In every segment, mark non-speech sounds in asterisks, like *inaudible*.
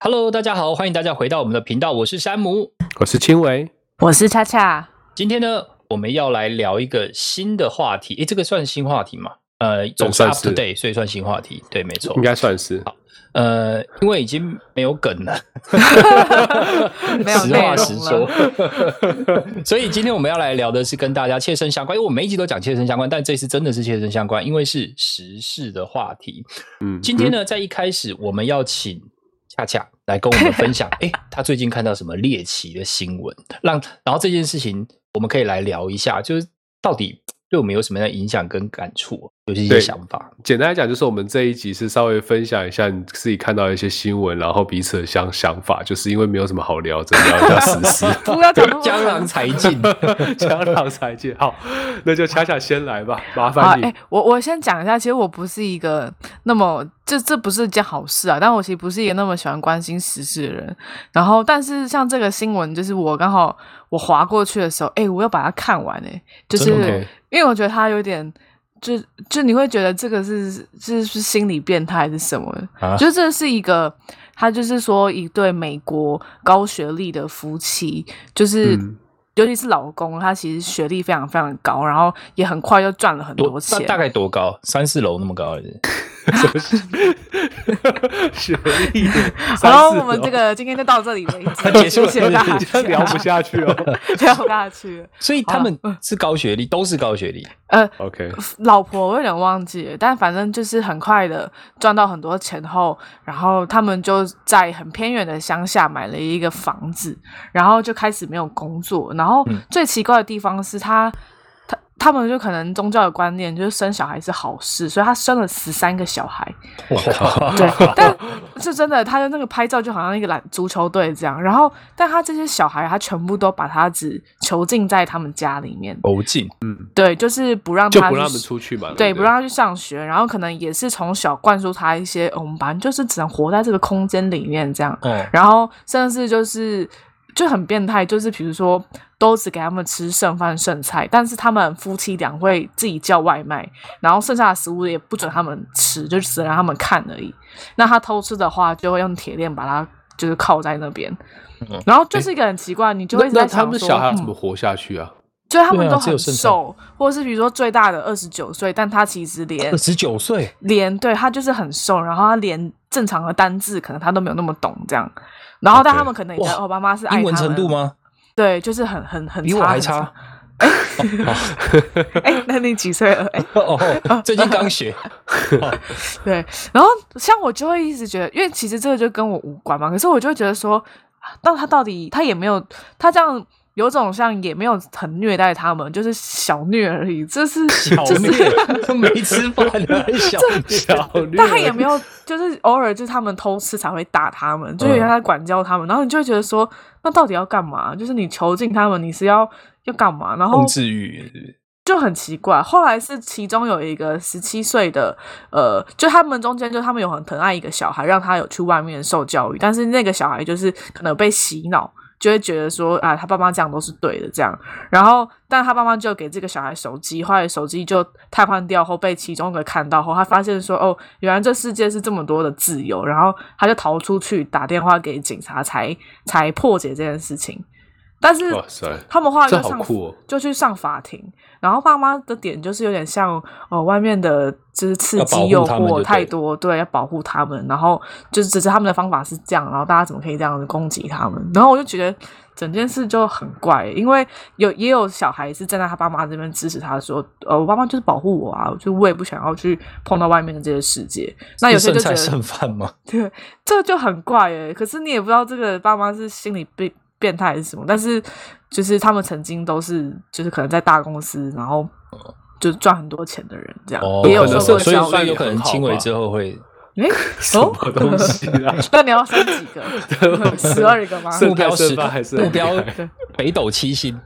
Hello，大家好，欢迎大家回到我们的频道，我是山姆。我哦是青伟，我是恰恰，今天呢，我们要来聊一个新的话题，诶，这个算新话题吗？呃，总是算 up to 是 date，所以算新话题，对，没错应。该算是呃，因为已经没有梗了，没有实内话容实说了。。 *laughs* *laughs* 所以今天我们要来聊的是跟大家切身相关，因为我每一集都讲切身相关，但这次真的是切身相关，因为是时事的话题。嗯。今天呢，在一开始我们要请恰恰来跟我们分享，诶，他最近看到什么猎奇的新闻，让然后这件事情我们可以来聊一下，就是到底对我们有什么样的影响跟感触，有一些对想 *laughs* 法。嗯？简单来讲，就是我们这一集是稍微分享一下你自己看到的一些新闻，然后彼此的想想法，就是因为没有什么好聊，只能聊一下时事。不要讲那么江郎才尽， *laughs* 强老才见，好，那就恰恰先来吧，麻好，烦哎、你。我我先讲一下，其实我不是一个那么这这不是一件好事啊，但我其实不是一个那么喜欢关心时事的人。然后，但是像这个新闻，就是我刚好我划过去的时候，哎、我又把它看完、哎， *laughs* 就是真的吗因为我觉得它有点。就就你会觉得这个是是是心理变态还是什么的？啊就这是一个，他就是说一对美国高学历的夫妻，就是、嗯尤其是老公，他其实学历非常非常高，然后也很快就赚了很多多大钱。大概多高？三四楼那么高还是？什么事？ *laughs* 学 *laughs* 历的？好三了，四我们楼这个今天就到这里为止，结束了谢谢大 *laughs* 你这家，样聊不下去哦。 *laughs* 聊不下去了。所以他们嗯是高学历，都是高学历。呃， OK，老婆我有点忘记了，但反正就是很快的赚到很多钱后，然后他们就在很偏远的乡下买了一个房子，然后就开始没有工作。然后嗯最奇怪的地方是他。他他们就可能宗教的观念，就是生小孩是好事，所以他生了十三个小孩，哦哇，*laughs* 对，但是真的，他的那个拍照就好像一个篮足球队这样。然后，但他这些小孩，他全部都把他只囚禁在他们家里面，欧进对，就是不让就他不让去他们出去嘛。对，对，不让。他去上学，然后可能也是从小灌输他一些，呃我们反正就是只能活在这个空间里面这样。哦，然后甚至就是就很变态，就是比如说都只给他们吃剩饭剩菜，但是他们夫妻俩会自己叫外卖，然后剩下的食物也不准他们吃，就只能让他们看而已。那他偷吃的话，就会用铁链把他就是铐在那边。嗯然后就是一个很奇怪，你就会那一直那在他想们说，小孩怎么嗯活下去 *laughs* 啊？就是他对们啊都只有很剩菜瘦，嗯或者是比如说最大的二十九岁，但他其实连 *laughs* 二十九岁，连对他就是很瘦，然后他连正常的单字可能他都没有那么懂这样。然后，但 OK 他们可能也觉得哇奥巴马是爱英文他程们度？吗？对，就是很很很比我还很 *laughs* 差。 *laughs* 哎、那你几岁了？哎、 *laughs* 哦，最近刚学。对。然后像我就会一直觉得，因为其实这个就跟我无关嘛，可是我就会觉得说，啊那他到底他也没有他这样。有种像也没有很虐待他们，就是小虐而已。这是小就是虐，都没吃饭了，还小小虐。 *laughs* 绿，但他也没有，就是偶尔就是他们偷吃才会打他们，就有点在管教他们。然后你就会觉得说，那到底要干嘛？就是你囚禁他们，你是要要干嘛？然后控制欲，就很奇怪。后来是其中有一个十七岁的，呃，就他们中间就他们有很疼爱一个小孩，让他有去外面受教育，但是那个小孩就是可能有被洗脑。就会觉得说啊，他爸妈这样都是对的，这样。然后，但他爸妈就给这个小孩手机，后来手机就瘫痪掉后，被其中一个看到后，他发现说哦，原来这世界是这么多的自由，然后他就逃出去打电话给警察才，才破解这件事情。但是哇塞他们后来就这好上酷哦就去上法庭，然后爸妈的点就是有点像呃外面的，就是刺要保激护诱他们就对惑了太多，对，要保护他们，然后就是只是他们的方法是这样，然后大家怎么可以这样子攻击他们？然后我就觉得整件事就很怪，因为有也有小孩是站在他爸妈这边支持他说，呃，我爸妈就是保护我啊，就我也不想要去碰到外面的这些世界。那有些剩就觉菜得剩饭吗？对，这就很怪哎、可是你也不知道这个爸妈是心理变变态还是什么，但是就是他们曾经都是就是可能在大公司，然后就赚很多钱的人，这样、哦，也有可能受过所教以育。所以有哎、可能轻微之后会什么东西啊？ *laughs* 那你要生几 *laughs* 个？十二个吗？剩目标剩十饭还是目标很对北斗七星，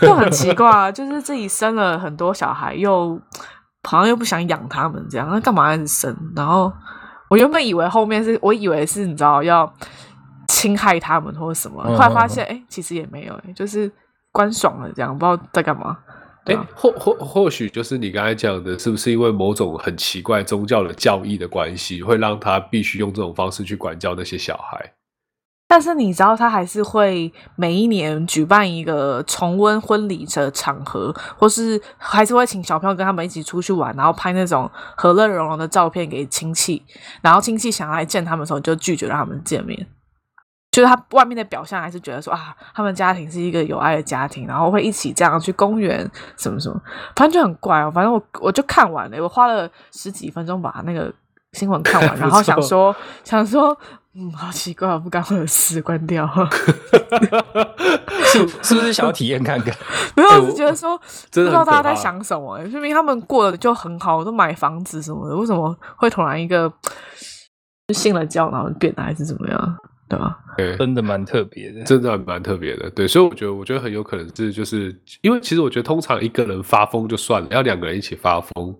就很奇怪啊，就是自己生了很多小孩，又好像又不想养他们，这样那干嘛一直生？然后我原本以为后面是我以为是你知道要侵害他们或者什么，嗯后来发现哎、诶其实也没有、诶就是观爽了这样，不知道在干嘛。哎对啊，或或或许就是你刚才讲的，是不是因为某种很奇怪宗教的教义的关系，会让他必须用这种方式去管教那些小孩？但是你知道，他还是会每一年举办一个重温婚礼的场合，或是还是会请小朋友跟他们一起出去玩，然后拍那种和乐融融的照片给亲戚，然后亲戚想要来见他们的时候，就拒绝让他们见面。就是他外面的表象还是觉得说啊，他们家庭是一个有爱的家庭，然后会一起这样去公园什么什么，反正就很怪哦。反正我我就看完了，我花了十几分钟把那个新闻看不 *laughs* 完，错然后想说想说，嗯，好奇怪，不干我的事，关掉。是是不是想要体验看看？ *laughs* 没有，哎我我是觉得说不真知的道很大家可在怕想什么、欸，明明他们过得就很好，都买房子什么的，为什么会突然一个就信了教然后变了还是怎么样，对吧？对，真的蛮特别的。真的还蛮特别的，对，所以我觉得，我觉得很有可能是，就是因为其实我觉得，通常一个人发疯就算了，要两个人一起发疯，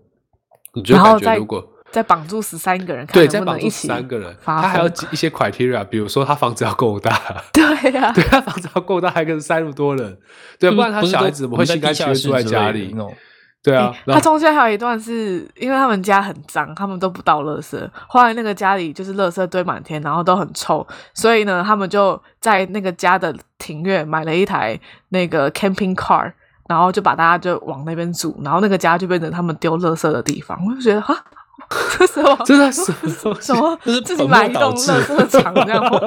你就然后感觉再如果再绑住十三个人，看对能再不绑能一住起三个人，发他还要疯记一些 criteria，比如说他房子要够大， *laughs* *laughs* 对啊呀、对他房子要够大，还跟三十多人，对，不然他嗯是小都孩子怎么会我们在心甘地情下愿室住在之家类的里那？种对欸啊，然他 *laughs* 后中间还有一段是因为他们家很脏，他们都不倒垃圾。后来那个家里就是垃圾堆满天，然后都很臭，所以呢，他们就在那个家的庭院买了一台那个 camping car，然后就把大家就往那边住，然后那个家就变成他们丢垃圾的地方。我就觉得哈，这 *laughs* 什么？真的什么东西什？么这是自己本末买一倒栋置垃圾场这样 *laughs* 吗？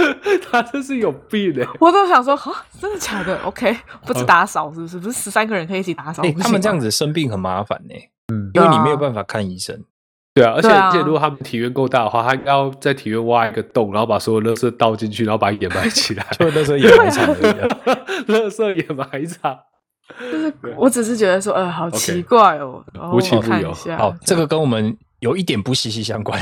*laughs* 他真是有病欸嘞、我都想说，哈，真的假的？OK，不是打扫是不是？不是十三个人可以一起打扫？哎、哦不他行们这吗样子生病很麻烦呢、嗯因为你没有对啊办法看医生。对啊，而且对啊而且如果他们体院够大的话，他应该要在体院挖一个洞，然后把所有垃圾倒进去，然后把眼埋 *laughs* 起 *laughs* 来，就那时候也蛮惨的，垃圾掩埋场。就是我只是觉得说，呃，好 OK 奇怪哦。然后无奇我不看有一下，好，这个跟我们有一点不息息相 *laughs* 关，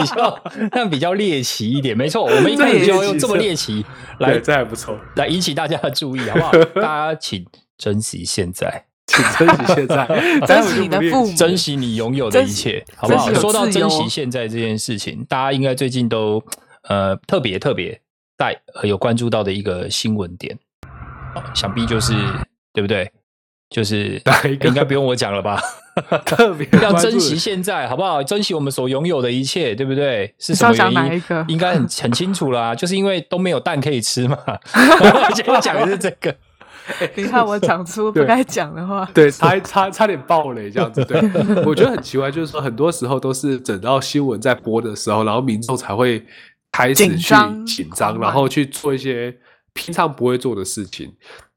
比较但比较猎奇一点。没错，我们一开始就要用这么猎奇 *laughs* 对，来这还不错，来引起大家的注意，好不好？大家请珍惜现在，请珍惜现 *laughs* 在，珍惜你的父母，珍惜你拥有的一切，好不好？ *laughs* 珍惜说到自由珍惜现在这件事情，大家应该最近都呃特别特别在呃有关注到的一个新闻点，哦想必就是对不对？ *laughs* 就是哪一个应该不用我讲了吧？特别 *laughs* 要关注珍惜现在，好不好？珍惜我们所拥有的一切，对不对？是什你么是要讲哪原一因个？应该很很清楚啦，就是因为都没有蛋可以 *laughs* 吃嘛。我今天讲的是这 *laughs* 个，你看我讲出不对该讲的话，对，差差差点爆雷这样子。 *laughs* 对，我觉得很奇怪，就是说很多时候都是等到新闻在播的时候，然后民众才会开始紧去张紧狂张，买然后去做一些平常不会做的事情。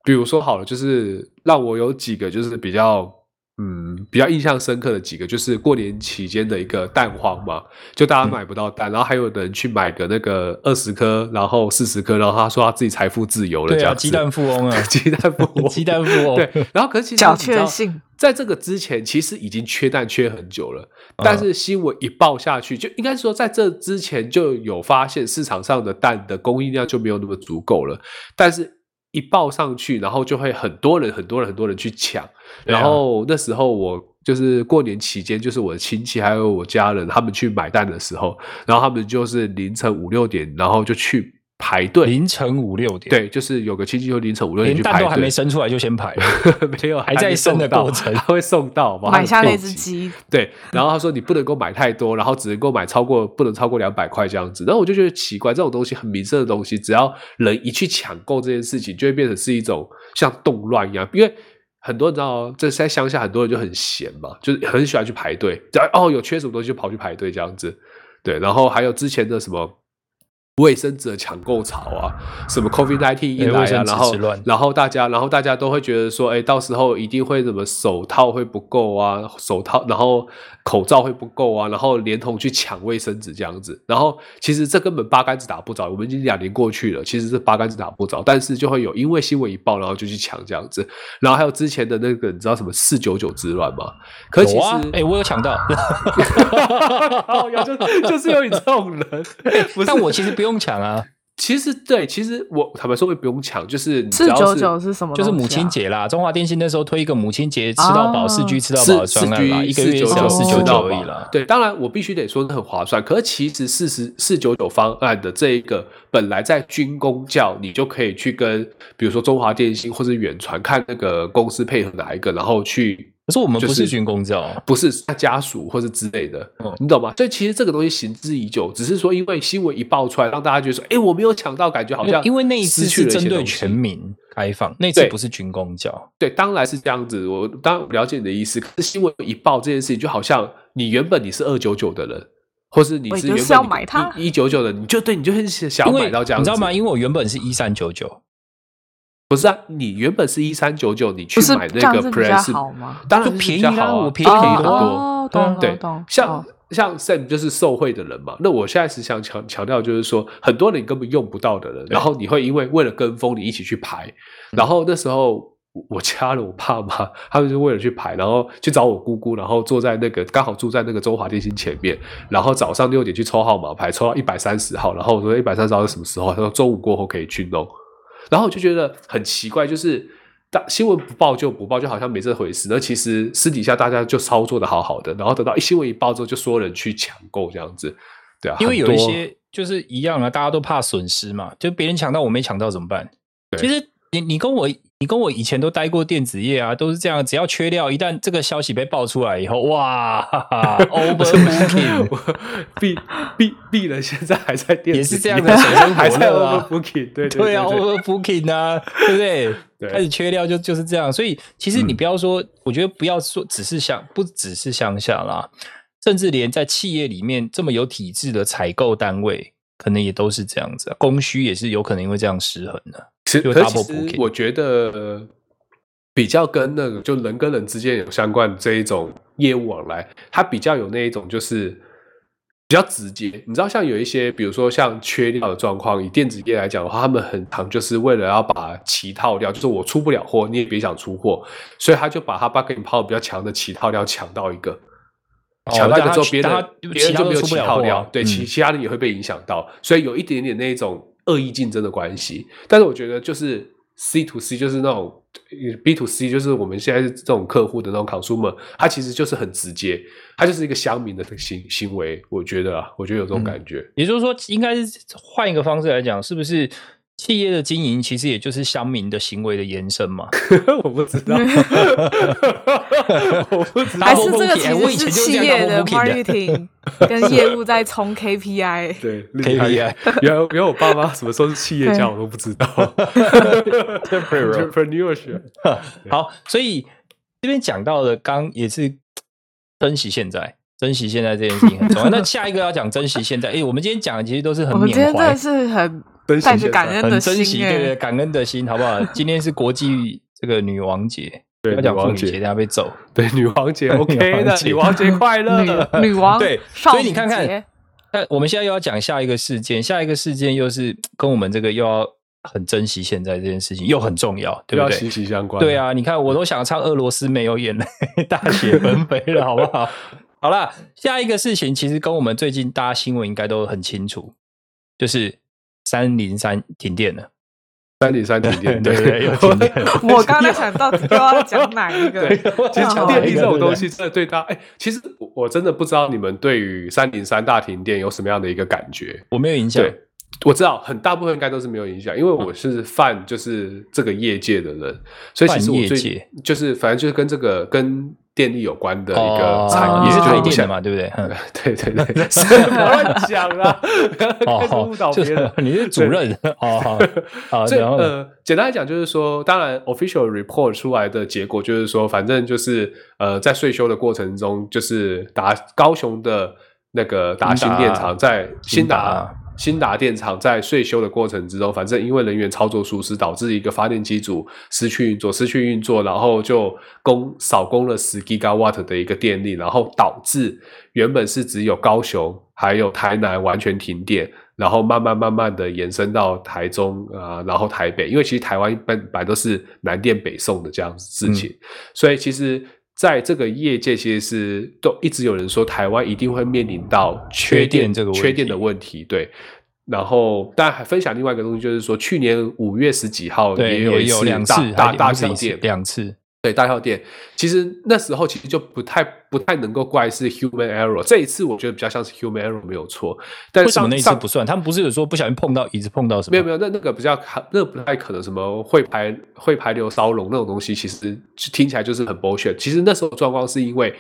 比如说好了，就是让我有几个就是比较嗯比较印象深刻的几个，就是过年期间的一个蛋荒嘛，就嗯大家买不到蛋，然后还有人去买个那个二十颗，然后四十颗，然后他说他自己财富自由了，对这啊，样子，鸡蛋富翁啊 *laughs* 鸡蛋不活鸡蛋富翁，对，哦然后可是其实小你知道确幸，在这个之前其实已经缺蛋缺很久了，嗯但是新闻一爆下去，就应该说在这之前就有发现市场上的蛋的供应量就没有那么足够了，但是。一爆上去，然后就会很多人、很多人、很多人去抢。对啊然后那时候我就是过年期间，就是我的亲戚还有我家人他们去买蛋的时候，然后他们就是凌晨五六点，然后就去排队。凌晨五六点，，对，就是有个亲戚就凌晨五六点连去蛋排都还没队，生出来就先排 *laughs* 了，啊没有，还在没生的送到过程 *laughs* 还会送到吗？买下还有那只配给。鸡，对，然后他说你不能够买太多，然后只能够买超过不能超过两百块这样子。然后我就觉得奇怪，这种东西很民生的东西，只要人一去抢购这件事情，就会变成是一种像动乱一样，因为。很多人知道哦，这在乡下很多人就很闲嘛，就是很喜欢去排队，只要哦有缺什么东西就跑去排队这样子，对。然后还有之前的什么卫生纸的抢购潮啊，什么 COVID 1 9一对来卫啊，生纸然后之乱然后大家，然后大家都会觉得说，哎，到时候一定会怎么手套会不够啊，手套，然后口罩会不够啊，然后连同去抢卫生纸这样子。然后其实这根本八竿子打不着，我们已经两年过去了，其实是八竿子打不着，但是就会有因为新闻一报，然后就去抢这样子。然后还有之前的那个，你知道什么四九九之乱吗？可其有啊，哎，实，我有抢到，靠呀就就是 *laughs* 有你这种人，不是 *laughs* 但我其实不用抢 *laughs* 啊，其实对，其实我坦白说，我也不用抢，就是你只四要九是九是什么？就是母亲，节啦，中华电信那时候推一个母亲节吃到饱，啊四 G 吃到饱四的四专案 G 啦，一个四月九只要九四499九吃到九而饱已啦。对，当然我必须得说那很划算。可是其实四十四九九方案的这一个本来在军工教，你就可以去跟比如说中华电信或是远传看那个公司配合哪一个，然后去可是我们就不是是军公教啊，不是他家属或是之类的，嗯你懂吗？所以其实这个东西行之已久，只是说因为新闻一爆出来，让大家觉得说，哎、我没有抢到，感觉好因为像因为那一次失去是了一些针对东西全民开放，那一次对不是军公教。对，当然是这样子。我当然了解你的意思，可是新闻一报这件事情，就好像你原本你是二九九的人，或是你我是就原是本要买它一九九的，你就对你就很想因为买到这样你子，知道吗？？因为我原本是一三九九，不是啊，你原本是一三九九，你去不是买这那样个子比较 Press，好吗？当然就是便比宜较啦好啊我便就便宜宜啦很多。哦，对啊懂对懂懂，像哦像 Sam 就是受贿的人嘛，那我现在是想强强调，就是说很多人根本用不到的人，对然后你会因为为了跟风，你一起去排，然后那时候我我家人我爸妈他们就为了去排，然后去找我姑姑，然后坐在那个刚好住在那个中华电信前面，然后早上六点去抽号码牌，抽到一百三十号，然后我说一百三十号是什么时候？他说中午过后可以去弄，然后我就觉得很奇怪，就是。大新闻不报就不报，就好像没这回事。那其实私底下大家就操作的好好的，然后等到一新闻一报之后，就所有人去抢购这样子，对啊，因为很有一多 *laughs* 些就是一样啊，大家都怕损失嘛，就别人抢到我没抢到怎么办？其对实你你跟我你跟我以前都待过电子业啊，都是这样，只要缺料，一旦这个消息被爆出来以后，哇哈 *laughs* 哈，overbooking 我毕毕毕人现在还在电也子是业这样的水深还火在热啊 overbooking，*laughs* 对对对啊对，overbooking 啊，对不对？ *laughs* 对开始缺料就就是这样，所以其实你嗯不要说，我觉得不要说只是乡，不只是乡下啦，甚至连在企业里面这么有体制的采购单位，可能也都是这样子、啊，供需也是有可能因为这样失衡的、其就实可是 double 其实 booking 我觉得呃比较跟那个就人跟人之间有相关这一种业务往来，它比较有那一种就是比较直接。你知道，像有一些比如说像缺料的状况，以电子业来讲的话，他们很常就是为了要把其套料，就是我出不了货，你也别想出货，所以他就把他 bargaining power 比较强的其套料抢到一个。哦抢到一个让之他后，别让他其人别人他就都没有出不起了泡货啊料，对，嗯其其他人也会被影响到，所以有一点点那种恶意竞争的关系。但是我觉得就是 C to C，就是那种 B to C，就是我们现在是这种客户的那种 consumer，它其实就是很直接，它就是一个乡民的行行为。我觉得啊，我觉得有这种嗯感觉。 *laughs* 也就是说，应该是换一个方式来讲，是不是企业的经营其实也就是乡民的行为的延伸嘛？我不知道， *laughs* 我不知道，还是这 double 个 booking，哎我以其前实就是是企这样业的 double marketing 跟业务在冲 KPI。对 KPI *laughs* 原来原来我爸妈什么时候是企业家，我都不知道。Entrepreneurship，好，所以这边讲到的刚也是珍惜现在，珍惜现在这件事情很重要。 *laughs* 那下一个要讲珍惜现在，哎、我们今天讲的其实都是我很们今天缅真的怀、是很珍惜带着现感在恩很的珍惜心对对哎，感恩的心，好不好？今天是国际这个女王节，对不要讲女王妇女节节，等下被揍。 *laughs* 对，女王节王节 OK 的，女王节快 *laughs* 乐。女女王对少所以你女看看节那我们现在又要讲下一个事件，下一个事件又是跟我们这个又要很珍惜现在这件事情，又很重要，对要不息对？息相关。嗯对，啊，你看我都想唱俄罗斯没有眼泪， *laughs* 大雪纷飞了，好不 *laughs* 好？好啦，下一个事情其实跟我们最近大家新闻应该都很清楚，就是三零三停电了，三点三停电，对对，又停电了。我刚才想到底又要讲哪一 *laughs* 个？对，其实讲到电力一个这种东对西，真的对大家，哎，其实我我真的不知道你们对于三零三大停电有什么样的一个感觉。 *laughs* 我没有影响，对，我知道很大部分应该都是没有影响，因为嗯我是泛就是这个业界的人，所以其实泛我业最界就是反正就是跟这个跟电力有关的一个哦产业，你是就台我电的想嘛，对不对？嗯 *laughs* 对对 *laughs* 对，是乱讲啦， *laughs* 开始误导就别是人。哦 *laughs* 你是主任哦， *laughs* 好好，所以然后呢呃，简单来讲就是说，当然 official report 出来的结果就是说，反正就是呃，在税修的过程中，就是达高雄的那个达新电厂在新新达达新达电厂在税修的过程之中，反正因为人员操作疏失，导致一个发电机组失去运作，失去运作，然后就供少供了十 gigawatt 的一个电力，然后导致原本是只有高雄还有台南完全停电，然后慢慢慢慢的延伸到台中啊、呃然后台北，因为其实台湾本本来都是南电北送的这样嗯子事情，所以其实。在这个业界，其实是都一直有人说，台湾一定会面临到缺缺电电这个问缺电题的问题。对，然后，但还分享另外一个东西，就是说去年五月十几号对有也一有次两大次，大还大不是停一次电，两次，对大药店，其实那时候其实就不太不太能够怪是 human error。这一次我觉得比较像是 human error 没有错，但为什么上那一次上不算？他们不是有说不小心碰到椅子碰到什么？没有没有，那那个比较可，那个不太可能。什么会排会排流烧龙那种东西，其实听起来就是很 bullshit。其实那时候状况是因为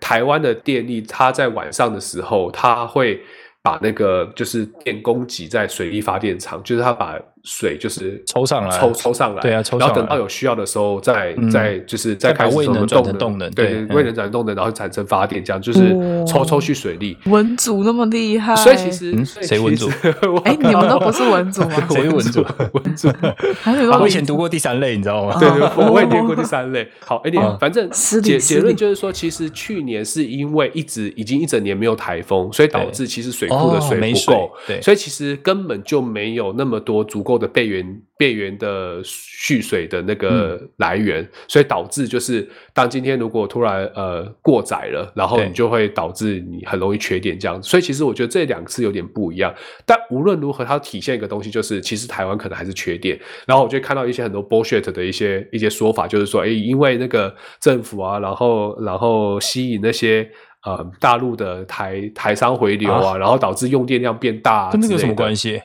台湾的电力，它在晚上的时候，它会把那个就是电供给在水力发电厂，就是它把水就是抽上来抽抽上来，对啊抽上来然后等到有需要的时候再，嗯再就是再再把开始未什么能转动成动能对对嗯对，未能转成动能，然后产生发电，这样就是抽哇抽去水力。文组那么厉害，所以其实嗯所以谁其文组实 *laughs* 我哎，你们都不是 *laughs* 文组吗？谁文组？ *laughs* 文组。还有我文以前读过第三类，你知道吗？对哦对，我我也念过第三类。好，anyway，、哦反正失礼结失结论礼就是说，其实去年是因为一直已经一整年没有台风，所以导对致其实水库的哦没水不水够，对所以其实根本就没有那么多足够的备源备源的蓄水的那个嗯来源，所以导致就是当今天如果突然呃过载了，然后对你就会导致你很容易缺电这样子。所以其实我觉得这两次有点不一样，但无论如何，它体现一个东西就是，其实台湾可能还是缺电。然后我就看到一些很多 bullshit 的一些一些说法，就是说，诶，因为那个政府啊，然后然后吸引那些呃大陆的台台商回流啊，然后导致用电量变大、啊，跟这个有什么关系系？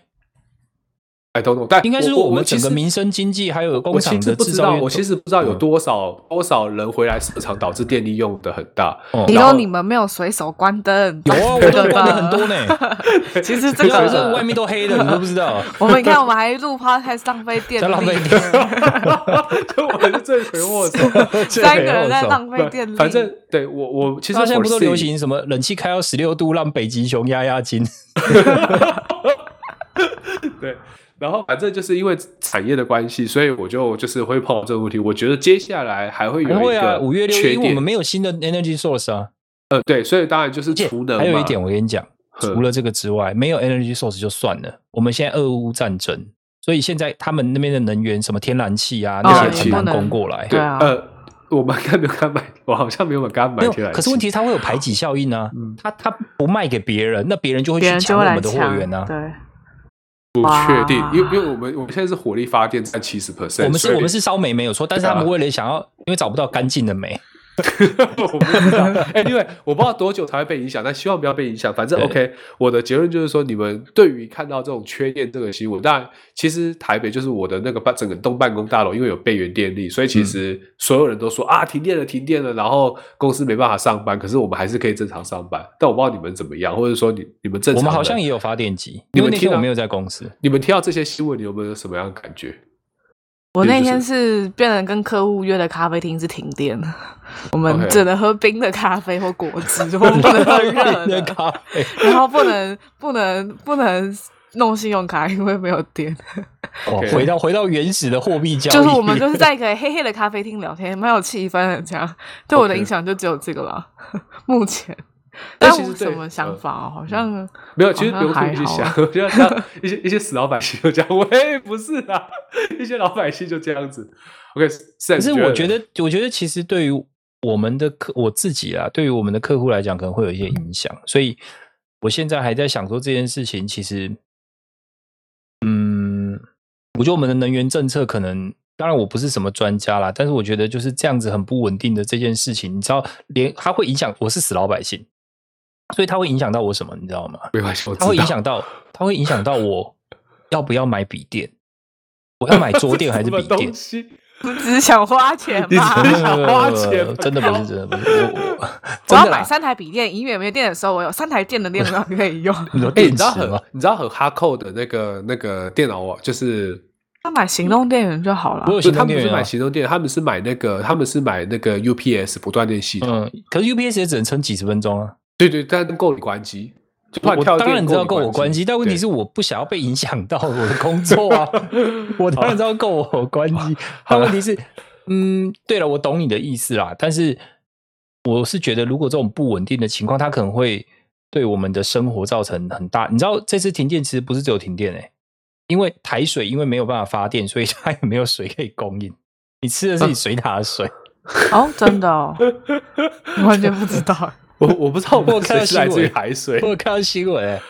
？I don't know，但应该是我我们整个其实民生经济还有工我其厂实的不制知造道，业，我其实不知道有嗯多少、多少人回来市场，导致电力用的很大。 *laughs* 哦你然说后你们没有随手关灯？有啊，我对都吧关了很多 *laughs* 呢。其 *laughs* 实这这个外个，面都黑的，你都不知道，我们你看，我们还录 podcast 浪费电在力，浪费电就我是罪 *laughs* 魁祸首。三个人在浪费啊电力，反正对我我其其实实现在不都我是流行什么冷气开到十六度，让北极熊压压惊？对，然后反正就是因为产业的关系，所以我就就是会碰到这个问题。我觉得接下来还会有 *laughs* 不一会啊，个五月六日，缺因为我点们，没有新的 energy source 啊。呃，对，所以当然就是储能嘛。还有一点，我跟你讲，嗯除了这个之外，没有 energy source 就算了。我们现在俄乌战争，所以现在他们那边的能源，什么天然气啊，哦那些也很难不能供过来。对对啊呃，我们刚没有刚买， *laughs* 我好像没有给他没买有天然，气。可是问题是它会有排挤效应啊嗯，它它不卖给别人，那别人就会别去人就抢我会来们的货抢源啊。对，不确定哇，因为因为我们我们现在是火力发电占七十 percent，我们是我们是烧煤没有错，但是啊他们为了想要，因为找不到干净的煤， *laughs* 我不知道。哎、因为我不知道多久才会被影响，但希望不要被影响。反正对 OK，我的结论就是说，你们对于看到这种缺电这个新闻，当然，其实台北就是我的那个办整个东办公大楼，因为有备援电力，所以其实嗯所有人都说、啊，停电了，停电了，然后公司没办法上班，可是我们还是可以正常上班。但我不知道你们怎么样，或者说你你们正我常人，们好像也有发电机，你因为们那听天到我没有在公司。你们听到这些新闻，你有没有什么样的感觉？我那就是天是变成跟客户约的咖啡厅是停电了，我 OK 们只能喝冰的咖啡或果汁，我们不 *laughs* 能喝热那的，咖啡然后不能不能不能弄信用卡，因为没有电。哦 OK 回到回到原始的货币交易，就是我们就是在一个黑黑的咖啡厅聊天，蛮有气氛的 *laughs* 这样。对我的影响就只有这个了， *laughs* 目前。但但哎其实我对嗯什么想法哦，好像没有，其实不用好特像别去啊还想 *laughs* 好，我觉得像一些一些死老百姓就这样，喂，不是啊，一些老百姓就这样子。OK，可可是我觉得，我觉得其实对于我们的客，我自己啊，对于我们的客户来讲，可能会有一些影响。所以我现在还在想说这件事情，其实，嗯，我觉得我们的能源政策可能，当然我不是什么专家啦，但是我觉得就是这样子很不稳定的这件事情，你知道，连它会影响我是死老百姓，所以它会影响到我什么，你知道吗？没关系，我知它道会影响 *laughs* 到，它会影响到我要不要买笔电，我要买 *laughs* 桌垫还是这什么笔电东？西只是想花钱 *laughs* 你 *laughs* 吧只。是想花钱没有没有没有真的不是真的不是我我我我真要啊的买啦。三台笔电，因为没有电的时候，我有三台电的电脑可以 *laughs* 用。你说哎、电你知池道很吗？你知道很哈扣的那个那个电脑哦，就是他买行动电源就好了我。有不是行他动们不电是源买啊。行动电源，他们是买那个他们是买那个 UPS 不断电系统。嗯，可是 UPS 也只能撑几十分钟啊。对对，但够你关机，就我换跳我电当然知道够我你关机，但问题是我不想要被影响到我的工作啊。 *laughs* *laughs* 我当然知道够我关哦 *laughs* 机，但问题是，嗯，对了，我懂你的意思啦。但是我是觉得，如果这种不稳定的情况，它可能会对我们的生活造成很大。你知道这次停电其实不是只有停电诶、欸因为台水因为没有办法发电， *laughs* 所以它也没有水可以供应。你吃的是你水塔的水，哦，真的 *laughs* 哦，完全不知道。我我不知道我我们看到水是来新自于闻海水我，有看到新闻、欸，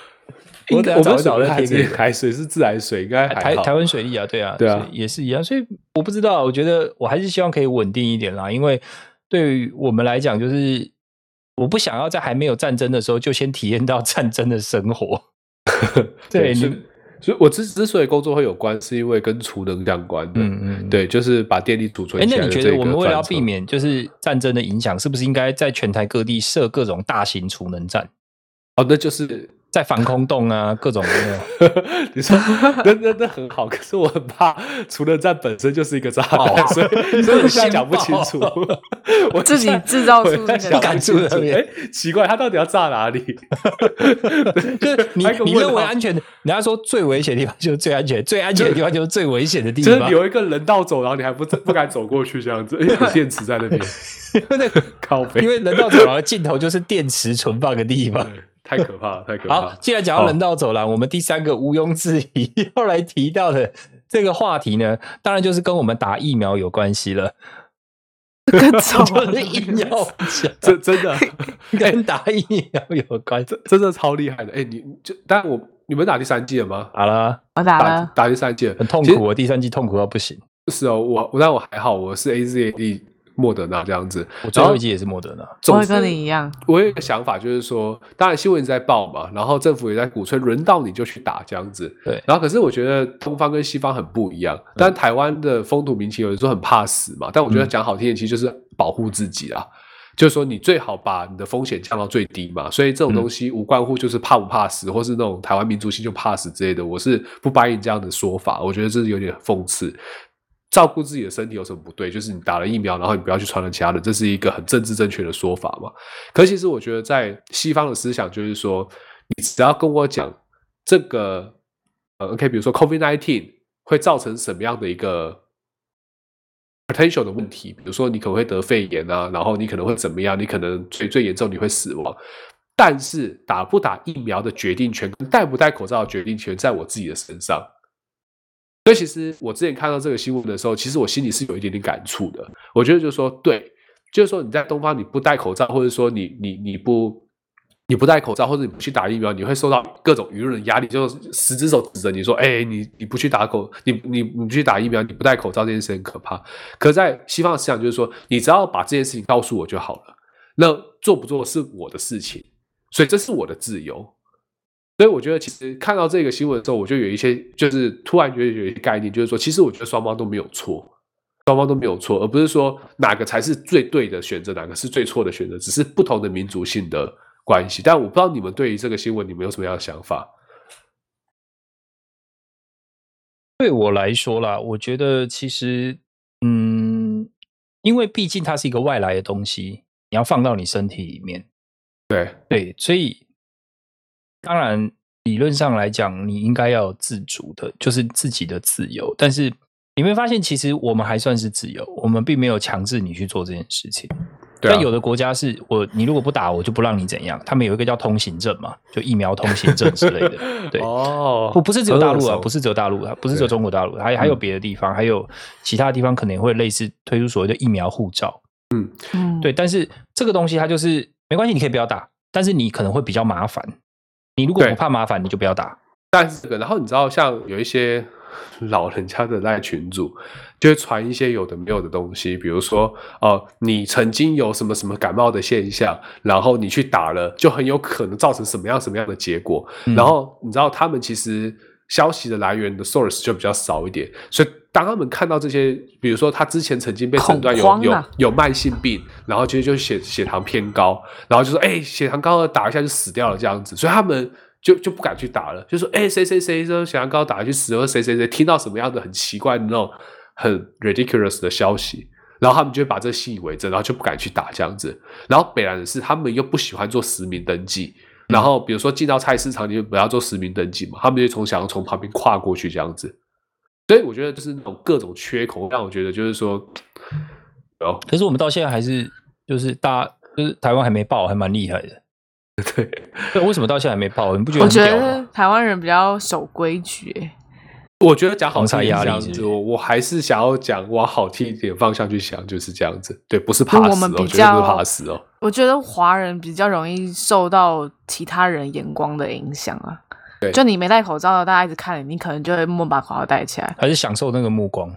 应等该下我找们一找水再还贴给是你海水是自来水，应该还台好。台湾水利啊，对啊，对啊是也是一样。所以我不知道，我觉得我还是希望可以稳定一点啦，因为对于我们来讲，就是我不想要在还没有战争的时候就先体验到战争的生 *laughs* 活。对，所你以所以我之之所以工作会有关，是因为跟储能相关的。嗯嗯，嗯。对，就是把电力储哎存，起那来你的觉这得个我们为了要专长避免就是战争的影响，是不是应该在全台各地设各种大型储能站，哦，那就是在防空洞啊，各种 *laughs* 的你说那那那很好，可是我很怕除了站本身就是一个炸爆弹，啊所以所以我一下讲不清楚引爆，我一下自己制造出我一下那个想不敢清住楚那边哎，奇怪，他到底要炸哪里？就是你还有一个你问认为号安全的，人家说最危险的地方就是最安全，最安全的地方就是最危险的地就 *laughs* 是方。有一个人道走，然后你还不不敢走过去这样子，因为有电池在 *laughs* 那边，那个靠因背，为人道走廊的尽头就是电池存放的地方。太可怕了，太可怕好了，。既然讲到人道走廊，我们第三个毋庸置疑 *laughs* 要来提到的这个话题呢，当然就是跟我们打疫苗有关系了。跟走就是硬要讲这真 *laughs* 的跟打疫苗有关。真的超厉害的，哎、你就但我你们打第三季了吗？好啦， *laughs* 我打打了，嗯打第三季了很痛其实苦，啊我第三季痛苦到不行。是哦，我我但我还好，我是 A Z A D 莫德纳这样子。我最后一季也是莫德纳，我总会之跟你一样，我有一个想法，就是说，当然新闻一直在报嘛，然后政府也在鼓吹，轮到你就去打这样子。对然后可是我觉得东方跟西方很不一样，但台湾的风土民情有人说很怕死嘛，但我觉得讲好听点，其实就是保护自己啦。就是说，你最好把你的风险降到最低嘛，所以这种东西无关乎就是怕不怕死，或是那种台湾民族性就怕死之类的，我是不白你这样的说法，我觉得这是有点讽刺。照顾自己的身体有什么不对？就是你打了疫苗，然后你不要去传染其他人，这是一个很政治正确的说法嘛。可其实我觉得在西方的思想就是说，你只要跟我讲这个，呃，OK，比如说 COVID nineteen 会造成什么样的一个 potential 的问题，比如说你可能会得肺炎啊，然后你可能会怎么样，你可能最最严重你会死亡。但是打不打疫苗的决定权跟戴不戴口罩的决定权在我自己的身上。所以其实我之前看到这个新闻的时候，其实我心里是有一点点感触的。我觉得就是说，对，就是说你在东方你不戴口罩，或者说你你你不你不戴口罩，或者你不去打疫苗，你会受到各种舆论的压力，就是十只手指着你说：“哎、你你不去打口，你你你不去打疫苗，你不戴口罩这件事很可怕。”可在西方的思想就是说，你只要把这件事情告诉我就好了，那做不做是我的事情，所以这是我的自由。所以我觉得，其实看到这个新闻之后，我就有一些，就是突然觉得有一些概念，就是说，其实我觉得双方都没有错，双方都没有错，而不是说哪个才是最对的选择，哪个是最错的选择，只是不同的民族性的关系。但我不知道你们对于这个新闻，你们有什么样的想法？对我来说啦，我觉得其实，嗯，因为毕竟它是一个外来的东西，你要放到你身体里面，对，对，所以当然理论上来讲，你应该要有自主的，就是自己的自由。但是你会发现，其实我们还算是自由，我们并没有强制你去做这件事情。对啊但有的国家是我，你如果不打，我就不让你怎样。他们有一个叫通行证嘛，就疫苗通行证之类的。 *laughs* 对哦不不是只有大陆啊，不是是只有大陆啊，不是只有中国大陆，还还嗯有别的地方，还有其他地方可能会类似推出所谓的疫苗护照。嗯，对，但是这个东西它就是没关系，你可以不要打，但是你可能会比较麻烦。你如果对不怕麻烦，你就不要打。但是这个，然后你知道，像有一些 *laughs* 老人家的赖群主，就会传一些有的没有的东西，比如说，呃，你曾经有什么什么感冒的现象，然后你去打了，就很有可能造成什么样什么样的结果。嗯然后你知道，他们其实消息的来源的 source 就比较少一点，所以当他们看到这些，比如说他之前曾经被诊断有、恐慌有啊有慢性病，然后其实就是血血糖偏高，然后就说哎、血糖高了打一下就死掉了这样子，所以他们就就不敢去打了，就说哎、谁谁谁说血糖高打下去死了，谁谁谁听到什么样的很奇怪的那种很 ridiculous 的消息，然后他们就会把这信以为真，然后就不敢去打这样子。然后北兰的是他们又不喜欢做实名登记，然后比如说进到菜市场，你就不要做实名登记嘛，他们就从想要从旁边跨过去这样子。所以我觉得就是那种各种缺口，让我觉得就是说，哦，可是我们到现在还是就是大家就是台湾还没爆，还蛮厉害的。对，对，为什么到现在还没爆？你不觉得我很觉屌得啊吗？台湾人比较守规矩、欸我觉得讲好同侪听一点压这力样是不子，是我我还是想要讲往好听一点方向去想，就是这样子。对，不是就怕我死们哦，比绝对不是较怕死哦。我觉得华人比较容易受到其他人眼光的影响啊，对就你没戴口罩的，大家一直看你，你可能就会默默把口罩戴起来。还是享受那个目光。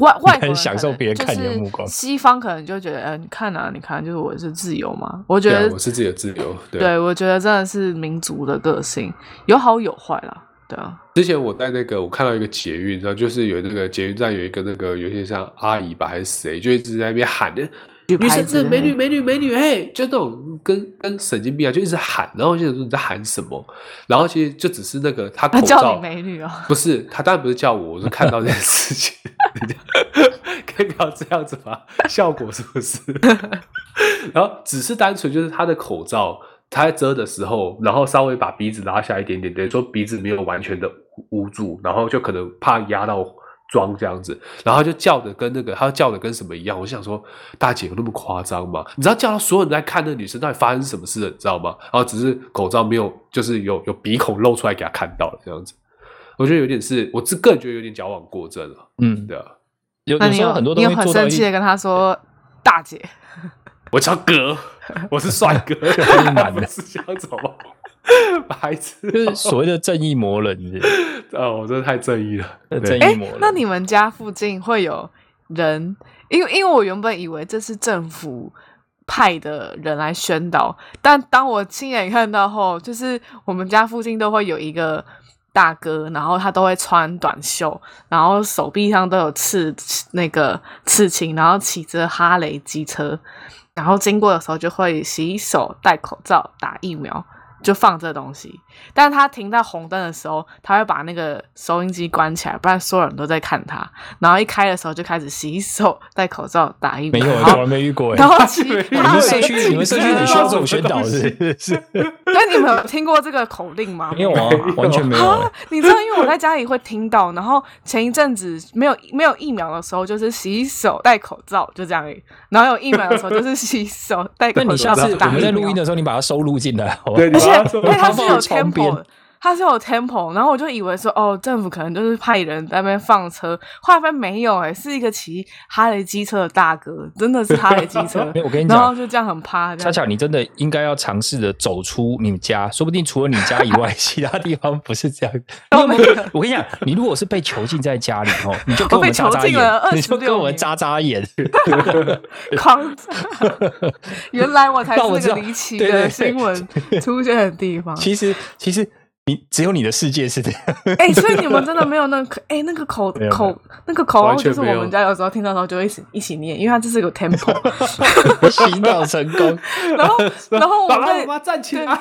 外外国很人享可受能别人就看你的是目光西方可能就觉得，嗯、你看啊，你看，就是我是自由嘛。我觉对啊得，我是自己的自由。对，啊对我觉得真的是民族的个性，有好有坏啦。对啊，之前我在那个我看到一个捷运，然后就是有那个捷运站有一个那个有些像阿姨吧还是谁，就一直在那边喊的。举女牌生子是的美那女个美女美女，嘿，就那种跟跟神经病啊，就一直喊，然后我就想说你在喊什么，然后其实就只是那个他他口叫你罩，美女哦。 *laughs* 不是他当然不是叫我，我是看到这件事情， *laughs* 可以不要这样子吗？效果是不是？ *laughs* 然后只是单纯就是他的口罩，他在遮的时候，然后稍微把鼻子拉下一点点，等于说鼻子没有完全的捂住，然后就可能怕压到妆这样子，然后他就叫的跟那个他叫的跟什么一样，我就想说大姐有那么夸张吗？你知道叫到所有人在看那个女生到底发生什么事了，你知道吗？然后只是口罩没有，就是有有鼻孔露出来给他看到了这样子，我觉得有点是我自个人觉得有点矫枉过正了，嗯，对啊。有那有你时有候很多你东有西很做到生一气的跟他说大姐，我叫哥，我是帅 *laughs* 哥，是男的 *laughs* 不是这样子好不 *laughs* 好？白痴就，是所谓的正义魔人，是不是哦，我真的太正义了。对正哎、义魔人。那你们家附近会有人？因为因为我原本以为这是政府派的人来宣导，但当我亲眼看到后，就是我们家附近都会有一个大哥，然后他都会穿短袖，然后手臂上都有刺那个刺青，然后骑着哈雷机车，然后经过的时候就会洗手、戴口罩、打疫苗，就放这东西。但他停在红灯的时候，他会把那个收音机关起来，不然所有人都在看他。然后一开的时候就开始洗手、戴口罩、打疫没苗，有，啊然从 *laughs* 来后没遇过然哎。后骑你你然哈后们雷社机区，你们社区 *laughs* 车你需要这种宣导这是种不是？那你们有听过这个口令吗？没有啊，完全没有啊哎。，你知道，因为我在家里会听到，然后前一阵子没有没有疫苗的时候，就是洗手、戴口罩，就这样而已。然后有疫苗的时候，就是洗手、戴口那罩。你下次我打们在疫苗录音的时候，你把它收录进来，好吧？对，你而且哎把它说因为它是有放在窗边 tempo，的它是有 tempo，然后我就以为说哦，政府可能就是派人在那边放车，后来发现没有、欸，哎，是一个骑哈雷机车的大哥，真的是哈雷机车 *laughs* 没有我跟你，讲然后就这样很 *laughs* 趴，这恰样恰你真的应该要尝试着走出你家，说不定除了你家以外， *laughs* 其他地方不是这样。你有没有？我跟你讲，你如果是被囚禁在家里哦，你就跟我们被眨眨囚禁了眼， 26你就跟我们年眨眨 *laughs* 眼， *laughs* 狂。原来我才让我是知个道离奇对对的对新闻出现的地方。其实其实你只有你的世界是这样， *laughs* 哎、所以你们真的没有那个哎、那个口没有口那个口号，完全就是我没有们家有时候听到的时候就会一起一起念，因为它就是有 *laughs* tempo。洗脑成 *laughs* 功。*laughs* 然后然后我爸们爸在妈妈站起 *laughs* 来，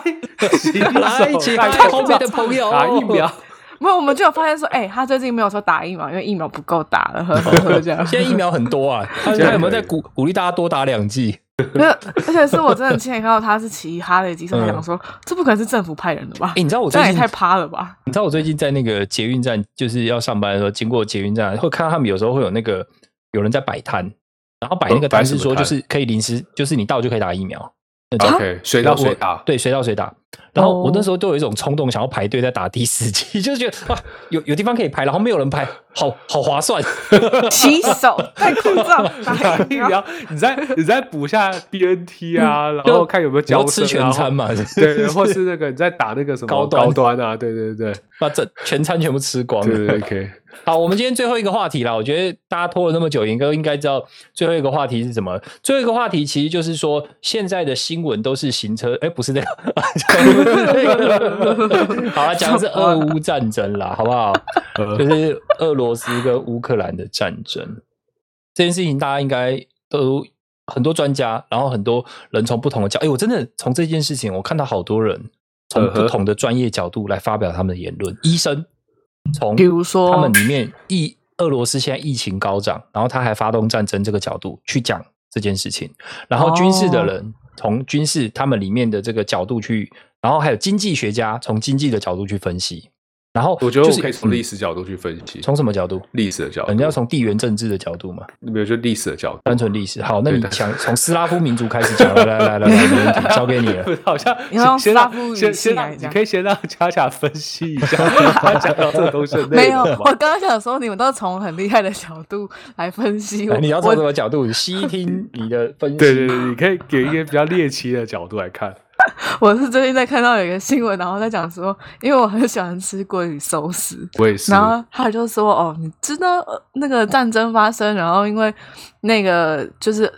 洗手来，请戴看口后面的朋友罩打疫苗。没有，我们就有发现说，哎、他最近没有说打疫苗，因为疫苗不够打了，呵呵呵这样。现在疫苗很多 *laughs* 啊，他现在他有没有可以在鼓鼓励大家多打两剂？没有，而且是我真的亲眼看到他是骑哈雷机车，嗯还想说、这不可能是政府派人的吧？哎，你知道我这最样也近太趴了吧？你知道我最近在那个捷运站，就是要上班的时候，经过捷运站，会看到他们有时候会有那个有人在摆摊，然后摆那个哦摆摊是什么说就摊是可以临时，就是你到就可以打疫苗。那种 OK，水到水啊打，对，随到随打。然后我哦那时候都有一种冲动，想要排队再打第四季， *laughs* 就觉得哇，啊有有地方可以排，然后没有人排，好好划算。洗手、戴口罩、 *laughs* *laughs* 哎打打疫疫苗。苗，你再你再补下 BNT 啊，嗯然后 *laughs* 看有没有然交后吃全餐嘛。嘛，对，对或是那个你再打那个什么高端高端啊，对对对把整全餐全部吃光对对对了。 ，OK，好，我们今天最后一个话题啦，我觉得大家拖了那么久，严哥应该知道最后一个话题是什么。最后一个话题其实就是说，现在的新闻都是行车，哎，不是这个，好了，讲的是俄乌战争啦，好不好？呃就是俄罗斯跟乌克兰的战争这件事情，大家应该都很多专家，然后很多人从不同的角，哎，我真的从这件事情，我看到好多人从嗯哼不同的专业角度来发表他们的言论。医生从比如说他们里面疫俄罗斯现在疫情高涨，然后他还发动战争这个角度去讲这件事情，然后军事的哦人从军事他们里面的这个角度去，然后还有经济学家从经济的角度去分析。然后我觉就得我是可以从历嗯史角度去分析，从什么角度？历史的角度，人家从地缘政治的角度嘛，没有就历史的角度单，纯历史。好，那对你的想从斯拉夫民族开始讲，来来来来呃来，没问题，交给你了。不是 *laughs* 好像你要用先斯拉让夫语先系先来让你讲可以先让恰恰分析一 *laughs* 下他讲到这个东西的没内有，容我吗？刚刚想说，你们都从很厉害的角度来分析我。哎你要我从什么角度？悉听你的分析。对对对，你可以给一个比较猎奇的角度来看。 *laughs* 我是最近在看到有一个新闻，然后在讲说，因为我很喜欢吃鲑鱼寿司，我也是。 *laughs* 然后他就说：“哦，你知道呃那个战争发生，然后因为那个就是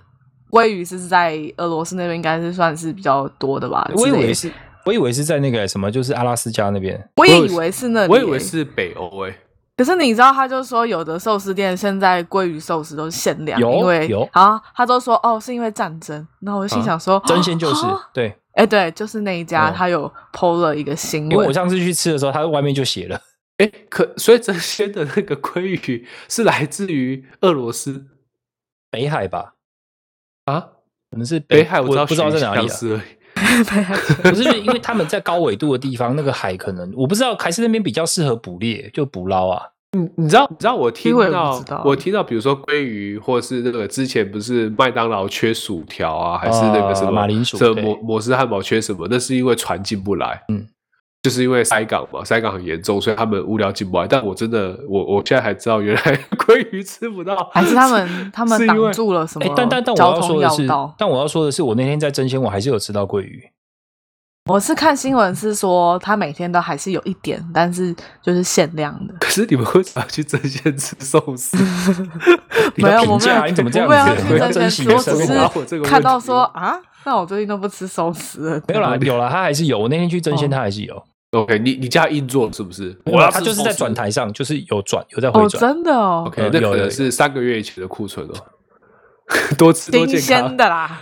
鲑鱼是在俄罗斯那边，应该是算是比较多的吧？我以之类的为是，我以为是在那个什么，就是阿拉斯加那边。我也以为是那里、欸我以为。是北欧欸诶、可是你知道，他就说有的寿司店现在鲑鱼寿司都是限量，有因为有啊，他都说哦是因为战争。然后我就心想说，真仙就是啊对，哎、对，就是那一家，嗯他有 PO 了一个新因为我 *laughs* 闻，上次去吃的时候，它外面就写了，哎、可所以真鲜的那个鲑鱼是来自于俄罗斯北海吧，啊？可能是北海我知道不知道在哪里、啊徐相。思而已不是因为他们在高纬度的地方，那个海可能我不知道，还是那边比较适合捕猎，就捕捞啊。你你知道你知道我听因为我到不知道我听到比如说鲑鱼，或是那个之前不是麦当劳缺薯条啊，还是那个什么、啊马铃薯什么对摩摩斯汉堡缺什么，那是因为船进不来，嗯，就是因为塞港嘛，塞港很严重，所以他们物料进不来。但我真的我我现在还知道，原来 *laughs* 鲑鱼吃不到， *laughs* 还是他们他是们因为挡住了什哎么，但但但我交要通说的要是道，？但我要说的是，我那天在真鲜，我还是有吃到鲑鱼。我是看新闻是说，他每天都还是有一点，但是就是限量的。可是你们为什么要去真鲜吃寿 *laughs* 司？你没有，要我评没价啊，你有，怎么这我没有样要子？去你要 *laughs* 珍惜真鲜吃，你的我生只活我啊。我这是个问看到题说我啊，那我最近都不吃寿司了。没有嗯啦，有啦，它还是有。我那天去真鲜，哦它还是有。 OK，你你家硬座是不是？没有啦要它就是在转台。台上，就是有转，有在回哦，转。真的哦， OK，呃那有可有能有是三个月以前的库存哦。 *laughs* 多吃多新健鲜康，的啦。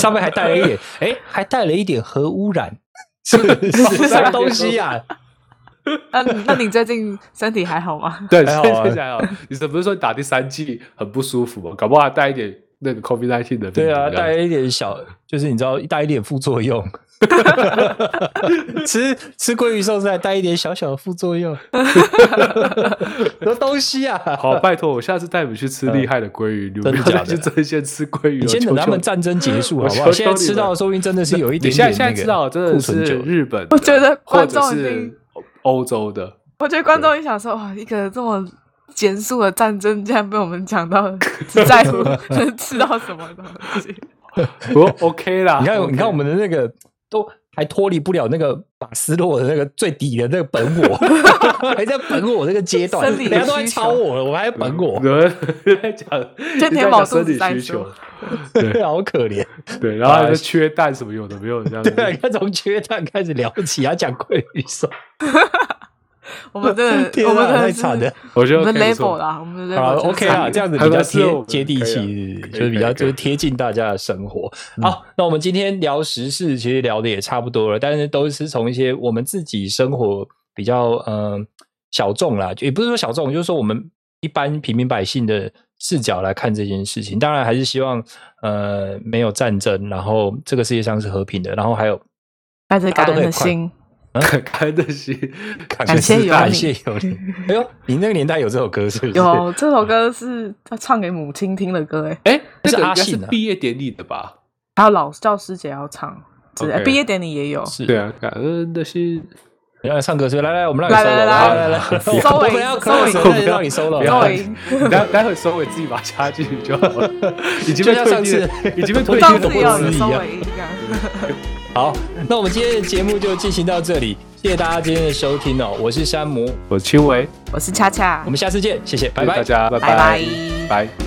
上面还带了一点，哎，还带了一点核污 *laughs* 染，是是什么东西？啊呀？那那你最近身体还好吗？ *laughs* 对，还好现啊在还好。你是不是说你打第三剂很不舒服吗？搞不好还带一点那个 COVID 1 9的病毒对啊，这样带一点小，就是你知道，带一点副作 *laughs* 用。吃吃鲑鱼寿司还带一点小小的副作用，什么东西啊？好，拜托，我下次带你们去吃厉害的鲑鱼，你呃们真的不假要再去的真鲜吃鲑鱼了。你先求等他求们战争结束好不我好？求求现在你吃们到的说不定真的是有一你点现在点现在那知道，个真的库存是久。日本的，我觉得或观者众一是定，欧洲的，我觉得观众一定想说，哇，一个这么严肃的战争，竟然被我们讲到 *laughs* 只在乎能吃到什么东西。不过 OK 啦。你看， OK 你看我们的那个都还脱离不了那个马斯洛的那个最底的那个本 *laughs* 我，还在本我这个阶段，生理人家都在需求超我了，我还在本我， *laughs* 你在讲，就你填在饱讲肚生子理再需说求，啊好可怜。对，然后还说缺蛋什么有的没有这样子，对，啊你看从缺蛋开始聊起，还讲鲑鱼寿，我们真的， *laughs* 天我们啊，真太的是惨了。我觉我得们 OK，不错 label *laughs* 啦，我们的好 label 就是，OK 参啦，与这样子还比较算是我贴们接地可以啊气，可以就是比较可以可嗯就以是贴近大家的生活。好，那我们今天聊时事，其实聊的也差不多了，但是都是从一些我们自己生活比较嗯、呃小众啦，也不是说小众，就是说我们一般平民百姓的视角来看这件事情。当然，还是希望呃没有战争，然后这个世界上是和平的，然后还有带着大感家都恩可以的心，开的 *laughs* 心，感谢有你感谢有 *laughs* 你。哎呦，你那个年代有这首歌是不是？有这首歌是他唱给母亲听的歌，哎，哎，那是个阿应该信是啊毕业典礼的吧？还有老教师节要唱，之类 OK 毕业典礼也有。是对啊，感恩的心，你让你哎唱歌是不是？来来，我们让你来 solo，来来来来来，收我我尾们要收 *laughs* 尾 close，再让你 solo，不要来收 *laughs* 尾待待会收尾自己把它加进去就 *laughs* 好了，已经就被像退上订次了，已经被退订上了次不也是一有一个样收尾音啊。好，那我们今天的节目就进行到这里，谢谢大家今天的收听哦，我是山姆，我轻微，我是恰恰我，们下次见，谢谢，拜谢谢拜大。家，拜拜拜拜拜。